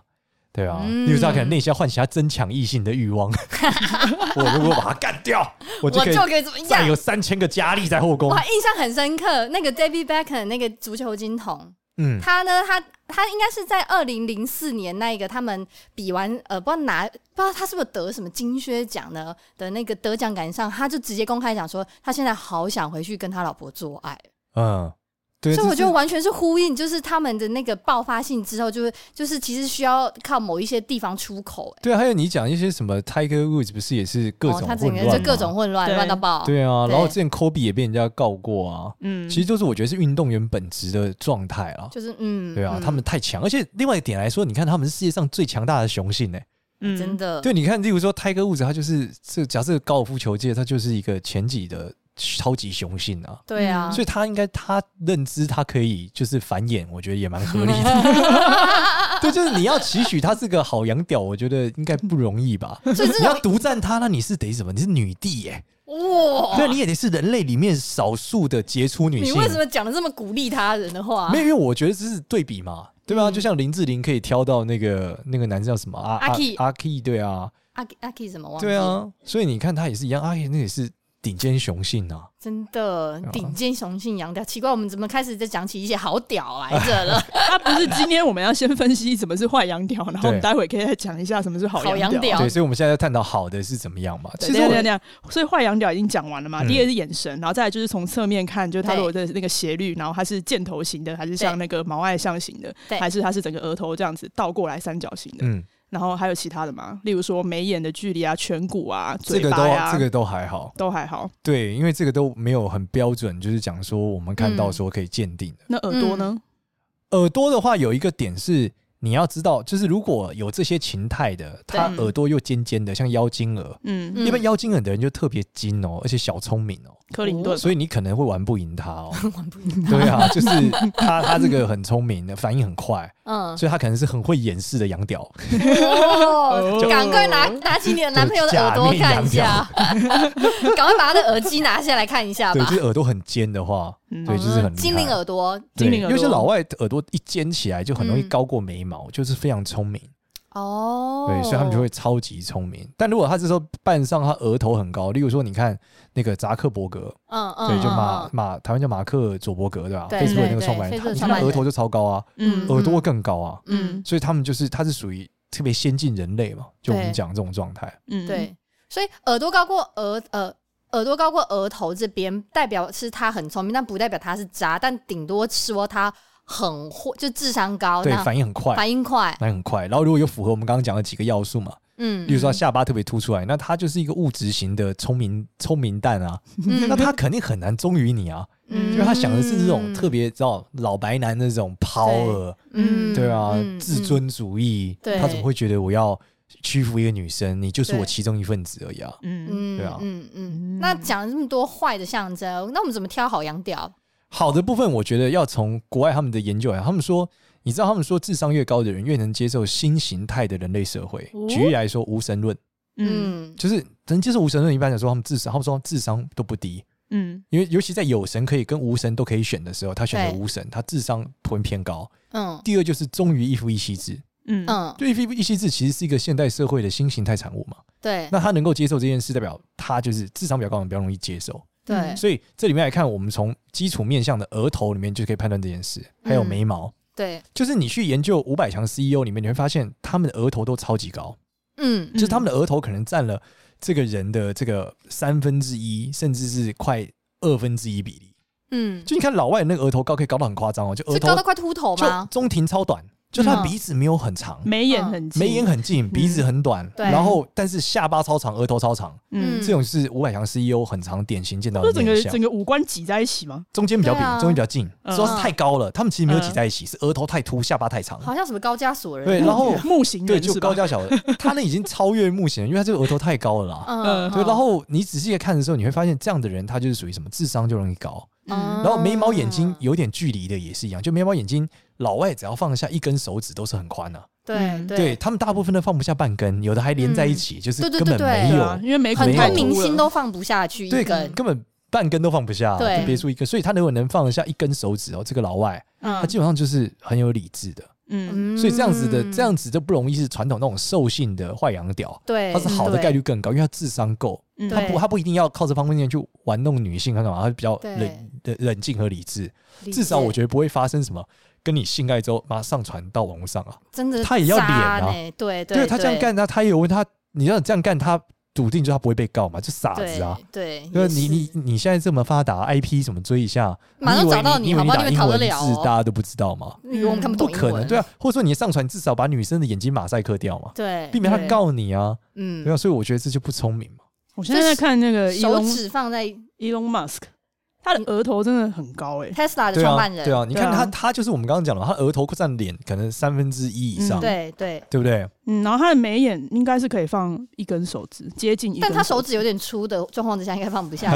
S3: 对啊，
S2: 嗯
S3: 例如说他可能内心要唤起他增强异性的欲 望，我如果把他干掉，
S2: 我
S3: 我就可以
S2: 就可以怎么
S3: 再
S2: 样
S3: 有？三千个佳丽在后宫
S2: 我。还印象很深刻，那个 David Beckham 那个足球金童，
S3: 嗯，
S2: 他呢，他他应该是在二零零四年那一个他们比完呃，不知道拿不知道他是不是得什么金靴奖呢的那个得奖感言上，他就直接公开讲说他现在好想回去跟他老婆做爱，
S3: 嗯，对，
S2: 所以我
S3: 这是
S2: 觉得完全是呼应，就是他们的那个爆发性之后，就是就是其实需要靠某一些地方出口、欸
S3: 对啊，还有你讲一些什么 Tiger Woods 不是也是各种
S2: 哦，他
S3: 混
S2: 整
S3: 乱
S2: 个
S3: 吗、
S2: 就各种混乱，
S1: 对
S2: 乱到爆。
S3: 对啊，
S2: 对
S3: 然后之前 Kobe 也被人家告过啊，
S1: 嗯，
S3: 其实就是我觉得是运动员本质的状态啊。
S2: 就是嗯，
S3: 对啊，
S2: 嗯
S3: 他们太强，而且另外一点来说，你看他们是世界上最强大的雄性哎、
S1: 嗯
S2: 真的
S3: 对，你看，例如说泰戈物质，他就是这假设高尔夫球界，他就是一个前几的超级雄性啊，
S2: 对啊，
S3: 所以他应该他认知他可以就是繁衍，我觉得也蛮合理的。 对，就是你要期许他是个好洋屌，我觉得应该不容易吧？
S2: 所以这
S3: 你要
S2: 种
S3: 独占他，那你是得什么？你是女帝耶、
S2: 哇，
S3: 对，你也得是人类里面少数的杰出女性。
S2: 哦你为什么讲的这么鼓励他人的
S1: 啊
S2: 话啊
S3: 没？有，因为我觉得这是对比嘛，对吧？就像林志玲可以挑到那个那个男生叫什么啊
S1: 嗯
S3: 阿
S1: 阿 Key
S3: 阿 Key，对啊，
S2: 阿阿 K 什么忘记？
S3: 对，啊，所以你看他也是一样，阿 Key 那也是顶尖雄性啊，
S2: 真的
S3: 对啊
S2: 顶尖雄性洋屌，奇怪，我们怎么开始在讲起一些好屌啊来着 了？
S1: 他不是今天我们要先分析什么是坏羊屌，然后我们
S3: 对
S1: 待会可以再讲一下什么是好
S2: 好
S1: 羊
S2: 羊屌
S3: 对，所以我们现在在探讨好的是怎么样嘛。
S1: 啊对
S3: 其实
S1: 等一下等
S3: 我
S1: 一下，等一下所以坏羊屌已经讲完了嘛？
S3: 嗯
S1: 第一个是眼神，然后再来就是从侧面看，就是它
S2: 对
S1: 如果的那个斜率，然后它是箭头型的，还是像那个毛爱象型的
S2: 对，
S1: 还是它是整个额头这样子倒过来三角形的？
S3: 嗯，
S1: 然后还有其他的吗？例如说眉眼的距离啊、颧骨啊、
S3: 这
S1: 嘴
S3: 个
S1: 巴
S3: 都
S1: 呀、
S3: 这个都还好，
S1: 都还好。
S3: 对，因为这个都没有很标准，就是讲说我们看
S1: 嗯
S3: 到说可以鉴定的。
S1: 那耳朵呢？
S3: 耳朵的话，有一个点是你要知道，就是如果有这些情态的，他
S1: 对
S3: 耳朵又尖尖的，像妖精耳，
S1: 嗯，
S2: 嗯
S3: 一般妖精耳的人就特别精哦，而且小聪明哦，
S1: 克林顿。
S3: 所以你可能会玩不赢他哦。
S2: 玩不赢
S3: 对啊，就是他他这个很聪明的，反应很快，
S2: 嗯，
S3: 所以他可能是很会掩饰的洋屌。
S2: 哦
S1: 就
S2: 赶快拿拿起你的男朋友的耳朵看一下， 赶快把他的耳机拿下来看一下
S3: 对，
S2: 吧
S3: 就。是耳朵很尖的话，
S1: 嗯
S3: 对，就是很厉害
S2: 哦精灵耳朵
S1: 精灵
S3: 对
S1: 耳朵
S3: 因为些老外的耳朵一尖起来就很容易
S2: 嗯
S3: 高过眉毛，就是非常聪明，
S2: 哦，
S3: 对，所以他们就会超级聪明。但如果他这时候扮上他额头很高，例如说你看那个扎克伯格，
S2: 嗯嗯，
S3: 对，就
S2: 嗯
S3: 马马台湾叫马克佐伯格对吧
S2: 对
S3: ？Facebook 的那个
S2: 对
S3: 创办
S2: 对
S3: 人，他
S2: Facebook
S3: 你
S2: 创办
S3: 看他
S2: 人
S3: 额头就超高啊，
S1: 嗯
S2: 嗯
S3: 耳朵更高啊，
S2: 嗯
S1: 嗯
S3: 所以他们就是他是属于特别先进人类嘛，就我们
S2: 对
S3: 讲这种状态。
S1: 嗯，
S2: 对，所以耳朵高过额呃耳朵高过额头这边，代表是他很聪明，但不代表他是渣，但顶多说他很会，就智商高，
S3: 对
S2: 那，
S3: 反应很快，
S2: 反应快，
S3: 反应很快。然后如果有符合我们刚刚讲的几个要素嘛，
S2: 嗯
S3: 例如说他下巴特别凸出来，那他就是一个物质型的聪明聪明 蛋啊，
S2: 嗯
S3: 那他肯定很难忠于你啊，
S2: 嗯
S3: 因为他想的是这种特别知道老白男那种 power，
S1: 嗯
S3: 对啊，
S2: 嗯
S3: 自尊主义，
S2: 对
S3: 他怎么会觉得我要屈服一个女生？你就是
S2: 对
S3: 我其中一份子而已啊。
S1: 嗯，
S2: 嗯
S3: 对啊
S2: 嗯嗯。
S1: 嗯
S2: 那讲了这么多坏的象征，那我们怎么挑好羊屌？
S3: 好的部分，我觉得要从国外他们的研究来，他们说，你知道他们说智商越高的人越能接受新形态的人类社会。
S1: 哦
S3: 举例来说，无神论，
S1: 嗯
S2: 嗯
S3: 就是能接受无神论，一般来说他们智商，他们说智商都不低，
S1: 嗯
S3: 因为尤其在有神可以跟无神都可以选的时候，他选择
S2: 对
S3: 无神，他智商会偏高。
S2: 嗯
S3: 第二就是忠于一夫一妻制，
S1: 嗯嗯，
S2: 嗯，
S3: 就一夫一妻制其实是一个现代社会的新形态产物嘛。
S2: 对
S3: 那他能够接受这件事，代表他就是智商比较高的人比较容易接受。
S1: 嗯
S2: 对
S3: 所以这里面来看，我们从基础面向的额头里面就可以判断这件事，还
S2: 嗯
S3: 有眉毛。
S2: 对，
S3: 就是你去研究五百强 CEO 里面，你会发现他们的额头都超级高，
S2: 嗯
S3: 就是他们的额头可能占了这个人的这个三分之一，甚至是快二分之一比例。
S2: 嗯，
S3: 就你看老外那个额头高可以高到很夸张哦，就额
S2: 是
S3: 头
S2: 高到快秃头
S3: 就
S2: 吗？
S3: 中庭超短，就他的
S2: 嗯
S3: 鼻子没有很长，
S1: 眉眼很近
S3: 嗯眉眼很近，鼻子很短，
S2: 对
S3: 然后但是下巴超长，额头超长，
S1: 嗯，
S3: 这种是五百强 CEO 很常典型见到
S1: 不
S3: 的
S1: 是整个
S3: 面相
S1: 整。个五官挤在一起吗？
S3: 中间比较
S2: 对
S3: 平，
S2: 啊嗯
S3: 中间比较近，
S1: 嗯
S3: 主要是太高了，他们其实没有挤在一起，是额头太凸，下巴太长。
S2: 好像什么高加索人，
S3: 对，然后
S1: 木型
S3: 对，
S1: 人
S3: 就是
S1: 吧
S3: 高？加小的，他那已经超越目前，因为他这个额头太高了啦。
S2: 嗯，
S3: 呃对，然后你仔细地看的时候，你会发现这样的人，他就是属于什么智商就容易高，
S1: 嗯
S3: 然后眉毛眼睛有点距离的也是一样，就眉毛眼睛，老外只要放下一根手指都是很宽的、
S2: 对嗯
S1: 嗯
S3: 对他们大部分都放不下半根，有的还连在一起，就是
S2: 对对
S3: 根本
S2: 对对
S3: 没
S1: 对
S3: 有，
S1: 啊，因为眉骨
S2: 很
S1: 太
S2: 多
S1: 凸
S2: 明星
S1: 了
S2: 都放不下去一根，
S3: 根本半根都放不下，
S2: 对
S3: 就别说一根。所以他如果能放得下一根手指哦，这个老外
S1: 嗯
S3: 他基本上就是很有理智的。
S1: 嗯
S2: 嗯
S3: 所以这样子的这样子就不容易是传统那种兽性的坏羊屌，
S2: 对，
S3: 它是好的
S2: 嗯对
S3: 概率更高，因为它智商够，
S1: 嗯，
S3: 它
S2: 对
S3: 不它不一定要靠这方面去玩弄女性，它干嘛？它比较
S2: 对
S3: 冷冷冷静和理智，
S2: 理解
S3: 至少我觉得不会发生什么跟你性爱之后，马上传到网络上啊。
S2: 真的
S3: 他也要脸啊
S2: 渣呢，对
S3: 对他这样干，他他也有问他，你让你这样干，他笃定就他不会被告嘛，就傻
S2: 对
S3: 子啊。
S2: 对，
S3: 那
S2: 也
S3: 你
S2: 是
S3: 你你现在这么发达，IP 怎么追一下？
S2: 马上
S3: 以为
S2: 找到
S3: 你，
S2: 你
S3: 以为
S2: 好不好
S3: 打
S2: 你们
S3: 英
S2: 逃得
S3: 文字
S2: 了哦
S3: 大家都不知道吗？
S2: 因为我们看不
S3: 不
S2: 懂英
S3: 可能，
S2: 文，
S3: 对啊。或者说你上传至少把女生的眼睛马赛克掉嘛，
S2: 对，
S3: 避免他
S2: 对，
S3: 告你啊。对
S2: 嗯，
S3: 啊，所以我觉得这就不聪明嘛。
S1: 我现在在看那个
S2: 手
S1: Elon
S2: 指放在
S1: Elon Musk，他的额头真的很高哎、
S2: Tesla 的
S3: 对
S2: 创
S3: 啊
S2: 办，人，
S3: 对啊，你看
S1: 对啊
S3: 他，他就是我们刚刚讲的嘛，他额头占脸可能三分之一以上，
S1: 嗯
S2: 对对，
S3: 对 不对？
S1: 嗯，然后他的眉眼应该是可以放一根手指，接近一根，
S2: 但他手指有点粗的状况之下，应该放不下。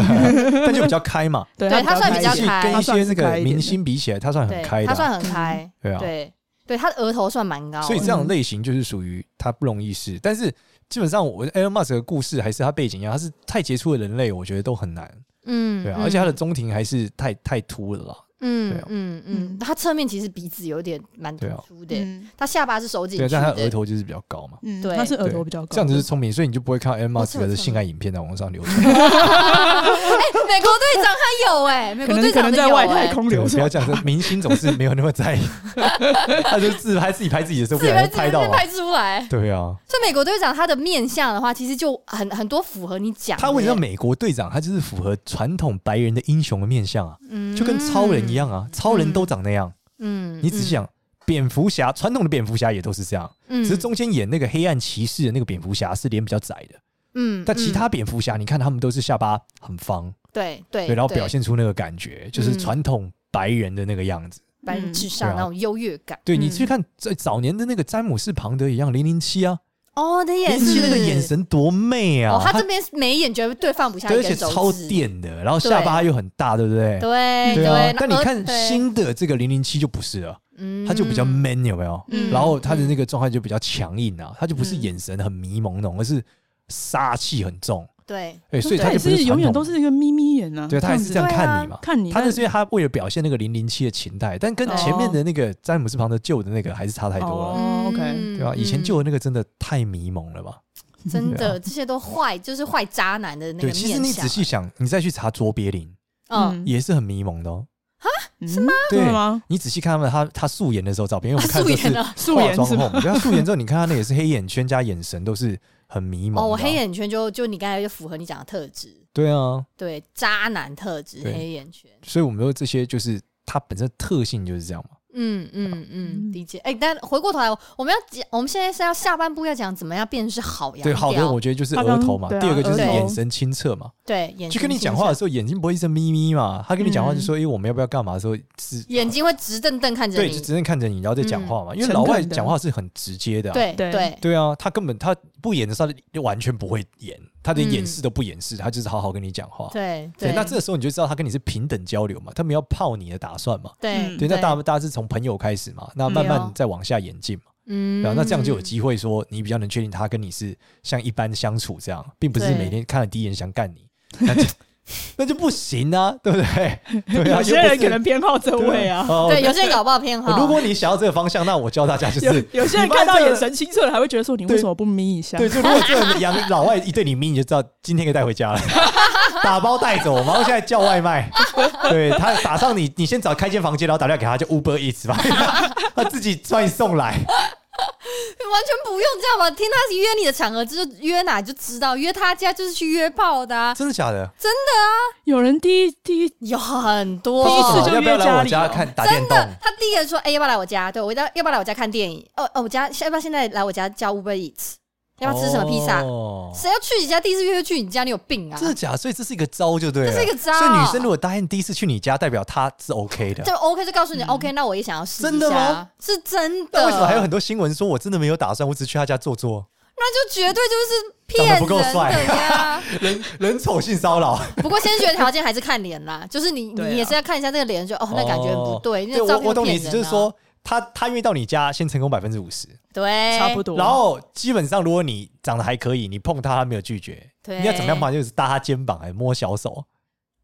S3: 但就比较开嘛，
S1: 对
S2: 对他算 比较
S3: 其实
S2: 开
S3: 跟
S1: 他
S3: 一
S1: 算
S3: 些
S1: 是
S3: 那
S1: 开
S3: 个
S1: 一点
S3: 明
S1: 的
S3: 星比起来，他算很
S2: 对，
S3: 开的
S2: 他算
S3: 啊，
S2: 很开，
S3: 对啊。
S2: 对哦对，他的额头算蛮高的，
S3: 所以这样的类型就是属于他不容易是，但是基本上我 Elon Musk 的故事还是他背景一样，他是太杰出的人类，我觉得都很难，
S2: 嗯，
S3: 对啊，
S2: 嗯
S3: 而且他的中庭还是太太凸了啦，
S2: 嗯
S3: 对啊
S2: 嗯嗯，他侧面其实鼻子有点蛮突
S3: 对啊
S2: 出的，
S1: 嗯
S2: 他下巴是收进
S3: 对啊，
S2: 去
S3: 但他额
S2: 的，
S3: 头就是比较高嘛，
S1: 嗯，
S2: 对
S1: 他是额头比较高，
S3: 这样子是聪明，所以你就不会看到 Elon
S2: 我知
S3: Musk
S2: 道
S3: 的性爱影片在网上流传，
S2: 美国队长他有哎，美
S1: 可
S2: 国
S1: 能
S2: 队
S1: 可
S2: 长
S1: 能
S2: 的
S1: 在
S2: 有
S1: 外
S2: 哎
S1: 太，空
S3: 对
S1: 流
S3: 不
S1: 传
S3: 要，讲，这明星总是没有那么在意，他就自拍自己拍自己的时候不
S2: 自己
S3: 小
S2: 被
S3: 心
S2: 自己
S3: 啊拍到
S2: 被
S3: 嘛，
S2: 拍出来。
S3: 对啊，
S2: 所以美国队长他的面相的话，其实就很很多符合你讲的耶，
S3: 他为什么美国队长？他就是符合传统白人的英雄的面相啊，
S2: 嗯
S3: 就跟超人一，样啊，超人都长那样。
S2: 嗯
S3: 你仔细，想，蝙蝠侠传统的蝙蝠侠也都是这样，
S2: 嗯
S3: 只是中间演那个黑暗骑士的那个蝙蝠侠是脸比较窄的，
S2: 嗯
S3: 但其他蝙蝠侠你看他们都是下巴很方，
S2: 对对
S3: 对，然嗯后表现出那个感觉，就是传统白人的那个样子。
S2: 白人至
S3: 对
S2: 上
S3: 啊
S2: 那种优越感。
S3: 对
S1: 嗯
S3: 你去看在早年的那个詹姆斯庞德一样，零零七啊，
S2: 哦，他也
S3: 零零
S2: 是
S3: 七那个眼。神多媚啊
S2: 哦，，他这边眉眼绝对放不下
S3: 对
S2: 一
S3: 而且
S2: 根手指，
S3: 超电的，然后下巴又很大，对不对？
S2: 对
S3: 对啊，
S2: 那
S3: 但你
S2: 额
S3: 看
S2: 对
S3: 新的这个零零七就不是了，
S2: 嗯
S3: 他就比较 man 有没有？
S2: 嗯
S3: 然后他的那个状态就比较强硬啊，他就不是
S1: 嗯
S3: 眼神很迷蒙那种，而是杀气很重。
S2: 嗯哦对，
S3: 哎，所以
S1: 他
S3: 他
S1: 也
S3: 就不
S1: 是永远
S3: 传统
S1: 都是一个眯眯眼啊，
S3: 对他还是这样
S2: 对啊
S3: 看你嘛。
S1: 看你，
S3: 他就是因为他为了表现那个零零七的情态，但跟前面的那个詹姆斯庞德旧的那个还是差太多了，
S1: 哦，OK
S2: 嗯
S3: 对吧？啊以前旧的那个真的太迷蒙了吧？
S2: 嗯真的这些都坏，就是坏渣男的那个
S3: 对，
S2: 面
S3: 其实
S2: 相。
S3: 你仔细想，你再去查卓别林
S2: 嗯，
S3: 也是很迷蒙的哦。
S1: 嗯是吗？
S3: 对啊
S1: 真的吗？
S3: 你仔细看他们他他素颜的时候照片，因为我们看
S2: 素
S3: 都
S2: 颜
S3: 是
S2: 啊，
S1: 素
S3: 化
S1: 颜
S3: 妆
S1: 是
S3: 后
S1: 吗？
S3: 嘛，对啊，素颜之后你看他那也是黑眼圈加眼神都是很迷茫。
S2: 哦，我黑，眼圈就就你刚才就符合你讲的特质，
S3: 对啊，
S2: 对，渣男特质，
S3: 对
S2: 黑眼圈。
S3: 所以我们说这些就是它本身的特性就是这样嘛。
S2: 嗯嗯嗯，
S1: 嗯
S2: 理解。哎，但回过头来，我们要讲，我们现在是要下半部要讲怎么样辨识好洋
S3: 对，好的，
S2: 调
S3: 我觉得就是
S1: 他刚
S3: 额头嘛，
S1: 对啊
S3: 第二个就是
S2: 额头
S3: 眼神清澈嘛，
S2: 对眼
S3: 就
S2: 睛
S3: 跟你
S2: 清
S3: 讲话的
S2: 澈
S3: 时候眼睛不会一直眯眯嘛，他跟你讲话就
S1: 嗯
S3: 说，哎，我们要不要干嘛的时候是
S2: 眼睛会直瞪瞪看着
S3: 对，
S2: 你
S3: 就，直接看着你，然后再讲话
S2: 嗯
S3: 嘛，因为
S1: 诚
S3: 老外
S1: 恳的
S3: 讲话是很直接的啊。
S2: 对
S1: 对
S2: 对
S3: 对啊，他根本他不掩饰，他完全不会演，他的
S2: 嗯
S3: 掩饰都不掩饰，他就是好好跟你讲话。
S2: 对
S3: 对，那这个时候你就知道他跟你是平等交流嘛，他们要泡你的打算嘛。
S2: 对
S1: 嗯
S3: 对，那大大家是从朋友开始嘛，那慢慢再往下演进嘛，
S2: 嗯
S3: 对啊，那这样就有机会说你比较能确定他跟你是像一般相处这样，并不是
S2: 对
S3: 每天看了第一眼想干你，那就那就不行啊，对不对？对啊，
S1: 有些
S3: 又
S1: 人
S3: 不是
S1: 可能偏好这位啊。
S3: 哦
S2: 对，有些人搞不好偏好。
S3: 如果你想要这个方向，那我教大家就
S1: 有
S3: 是。
S1: 有些人看到眼神清澈的，还会觉得说你为什么不眯一下？
S3: 对，就如果这个洋老外一对你咪，你就知道今天可以带回家了， 打包带走，然后现在叫外卖。对他打上你，你先找开间房间，然后打电话给他，就 Uber Eats 吧， 他自己帮你送来。
S2: 完全不用这样吧？听他约你的场合，就是约哪就知道，约他家就是去约炮的、啊，
S3: 真的假的？
S1: 有人第一第一
S2: 有很多。
S1: 第一次就
S3: 要不要
S1: 约
S3: 来我
S1: 家
S3: 家
S1: 里哦
S3: 看打电动？
S2: 他第一个说：“哎、要不要来我家？对我要要不要来我家看电影？哦哦，我家要不要现在来我家叫 Uber Eats？要不要吃什么披萨？
S3: 哦
S2: 谁、要去你家？第一次约就去你家，你有病啊
S3: 真？的假的？所以这是一个招，就对了。
S2: 这是一个招
S3: 所以女生如果答应第一次去你家，代表她是 OK 的嗯
S2: 就。OK 就告诉你、OK，那我也想要试一下。
S3: 真的吗？
S2: 是真的。
S3: 那为什么还有很多新闻说我真的没有打算，我只去她家坐坐？
S2: 那就绝对就是骗
S3: 长得不够
S2: 人
S3: 帅
S2: 的呀！
S3: 人人丑性骚扰。
S2: 不过先决条件还是看脸啦，就是你
S1: 对啊
S2: 你也是要看一下这个脸，就哦，那感觉不对，那个
S3: 对，我
S2: 照片
S3: 我懂你
S2: 骗
S3: 意思，
S2: 人
S3: 就是
S2: 啊
S3: 说他他愿意到你家，先成功百分之五十，
S2: 对，啊
S1: 差不多，
S3: 然后基本上如果你长得还可以，你碰他他没有拒绝，
S2: 对
S3: 你要怎么样嘛？就是搭他肩膀，哎，摸小手，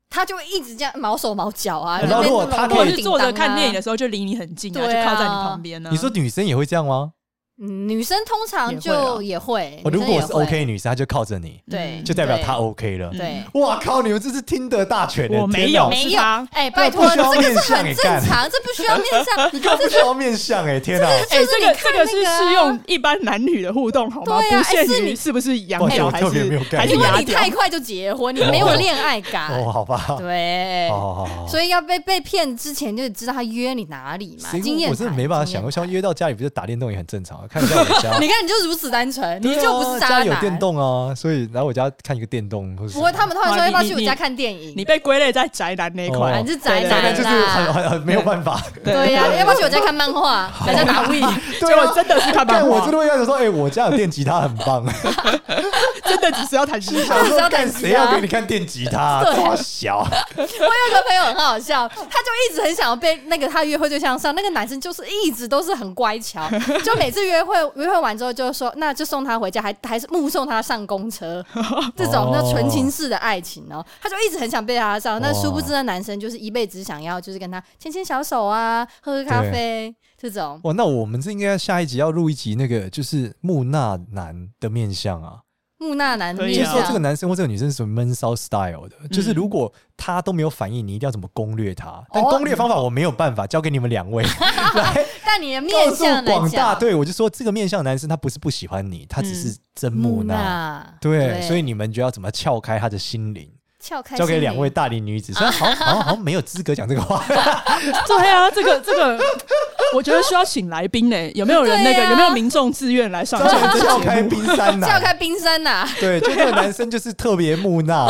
S2: 他就会一直这样毛手毛脚啊，
S3: 然后如果
S2: 那边
S3: 他
S2: 弄
S1: 或者
S2: 弄
S3: 可以
S1: 是
S2: 叮
S1: 坐着
S2: 当啊
S1: 看电影的时候就离你很近啊，
S2: 对啊
S1: 就靠在你旁边呢。
S3: 你说女生也会这样吗？
S2: 嗯女生通常
S1: 也会
S2: 就
S1: 啊
S2: 也会，
S3: 哦如
S2: 女生
S3: 果
S2: 也
S3: 是
S2: 会
S3: OK 女生，她就靠着你，
S2: 对，
S1: 嗯
S3: 就代表她
S2: 对
S3: OK 了。
S2: 对。
S3: 哇靠！你们这是听得大全的，
S1: 我没
S3: 天哪
S1: 有
S2: 没
S1: 是
S2: 有
S1: 他，
S2: 哎、拜
S3: 不
S2: 托，
S3: 需要
S2: 这
S3: 面
S2: 个是
S3: 相
S2: 很
S3: 也
S2: 正
S3: 干
S2: 常，这不需要面相，
S3: 你根本不需要面相哎， 天哪！
S1: 哎、
S2: 就是
S1: 这
S2: 你
S1: 个
S2: 看
S1: 这
S2: 那
S1: 是
S2: 个啊
S1: 适用一般男女的互动好吗？
S2: 对啊
S1: 不限
S2: 哎是
S1: 于
S2: 你
S1: 是不是
S3: 抱
S1: 羊
S3: 歉
S1: 角
S3: 我
S1: 还
S3: 特别没
S1: 是
S3: 有概
S1: 还是
S2: 因
S3: 念
S2: 为
S1: 牙
S2: 你
S1: 屌
S2: 太？快就结婚，你没有恋爱感。
S3: 哦，好吧，好
S2: 对，
S3: 好好好。
S2: 所以要被被骗之前就知道他约你哪里嘛，
S3: 谁
S2: 经验
S3: 我真的
S2: 谈
S3: 没办法
S2: 经
S3: 想，
S2: 验
S3: 我像
S2: 谈
S3: 约到家里不是打电动也很正常，看一下我家，
S2: 你看你就如此单纯， 你
S3: 对啊
S2: 就不是渣
S3: 家里有
S2: 男。
S3: 电动啊，所以来我家看一个电动，或者
S2: 不会，他们通常说
S1: 哇
S2: 要不要
S1: 你
S2: 去我
S1: 你
S2: 家看电影？
S1: 你被归类在宅男那一
S2: 啊
S1: 块，
S2: 你是宅
S1: 对
S3: 大概
S2: 男
S3: 就是很
S2: 啦。
S3: 很很没有办法。
S2: 对啊呀，要不要去我家看漫画？大家打 V，
S1: 结果真的是看漫
S3: 但我
S1: 画
S3: 真，的会开始说，哎，我家有电吉他，很 棒。
S1: 真的只是要谈心
S2: 他只
S1: 想
S2: 是要弹
S3: 看
S2: 吉
S3: 谁要
S2: 他
S3: 给。你看电吉他，
S2: 对
S3: 多小。
S2: 我有个朋友很好笑，他就一直很想要被那个他约会对象上，那个男生就是一直都是很乖巧，就每次约会约会完之后就说那就送他回家，还 还是目送他上公 车，这种那纯情式的爱情哦，他就一直很想被他上，那殊不知
S3: 哦
S2: 那男生就是一辈子想要就是跟他牵牵小手啊，喝喝咖啡这种。
S3: 哇，那我们这应该下一集要录一集那个就是木讷男的面相啊，
S2: 木讷男
S1: 可
S2: 面
S1: 以
S3: 就
S1: 啊
S3: 是说这个
S2: 相，
S3: 男生或这个女生是什么闷骚 style 的，就是如果他都没有反应，你一定要怎么攻略他。但攻略方法我没有办法，交给你们两位来
S2: 但你的面
S3: 告诉
S2: 相来
S3: 广大，
S2: 讲，
S3: 对我就说这个面相男生他不是不喜欢你，他只是真嗯木讷。
S2: 讷，
S3: 对，所以你们就要怎么撬开他的心灵，
S2: 撬开
S3: 交给
S2: 心
S3: 两
S2: 灵
S3: 位大龄女子。虽然好像好像好像没有资格讲这 个话，
S1: 对啊，这个这个，我觉得需要请来宾呢、有没有人那
S2: 对
S1: 个、
S2: 啊
S1: 有没有民众自愿来上这
S3: 专门撬
S1: 个
S3: 啊开
S1: 节目？
S3: 冰 山男，
S2: 撬开冰山呐、啊
S3: 对，就那个男生就是特别木 讷，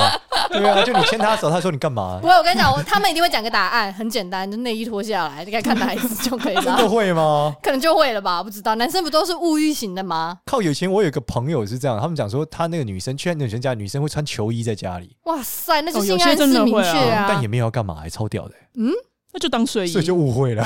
S3: 对啊，就你牵他手，他说你干嘛
S2: 不？会，我跟你讲，我他们一定会讲个答案，很简单，就内衣脱下来，大概看哪一只就可以
S3: 真的
S2: 了，
S3: 会吗？
S2: 可能就会了吧，不知道。男生不都是物欲型的吗？
S3: 靠，有钱我有一个朋友是这样，他们讲说他那个女生去那女生家，女生会穿球衣在家里，
S2: 哇塞，那就
S1: 哦有
S2: 性暗
S1: 些真
S2: 示
S1: 的
S2: 明
S1: 会
S2: 确
S1: 啊
S2: 啊！
S3: 但也没有要干嘛，还超屌的，
S1: 那就当睡衣
S3: 所以。就误 会了。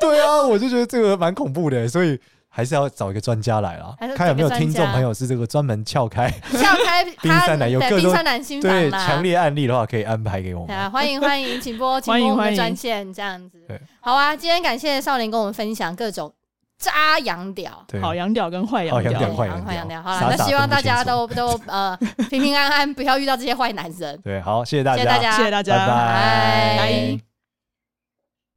S3: 对啊，我就觉得这个蛮恐怖的，所以还是要找一个专家来啦
S2: 还是，
S3: 看有没有
S2: 找一个专
S3: 听
S2: 家
S3: 众朋友是这个专门撬开
S2: 撬开
S3: 冰
S2: 他
S3: 山男有
S2: 对
S3: 各种
S2: 冰山男心
S3: 对
S2: 房啦，
S3: 强烈案例的话，可以安排给我
S2: 对
S3: 们。
S2: 啊，欢迎欢迎，请拨请
S1: 欢迎
S2: 拨我们
S1: 欢
S2: 的
S1: 迎
S2: 专线这样子
S3: 对。
S2: 好啊，今天感谢少年跟我们分享各种渣洋屌。
S3: 对，
S1: 好洋屌跟坏
S3: 好
S1: 洋
S3: 洋
S1: 屌，
S3: 屌
S2: 对
S3: 坏
S2: 好坏洋
S3: 洋
S2: 屌，
S3: 屌
S2: 好了，
S3: 傻
S2: 那
S3: 傻
S2: 希
S3: 分
S2: 望
S3: 不
S2: 大家
S3: 清楚
S2: 都都呃 平平安安，不要遇到这些坏男人。
S3: 对，好，谢谢大
S2: 谢谢
S3: 家
S2: 大，家，
S1: 谢谢大家，
S2: 拜
S3: 拜拜。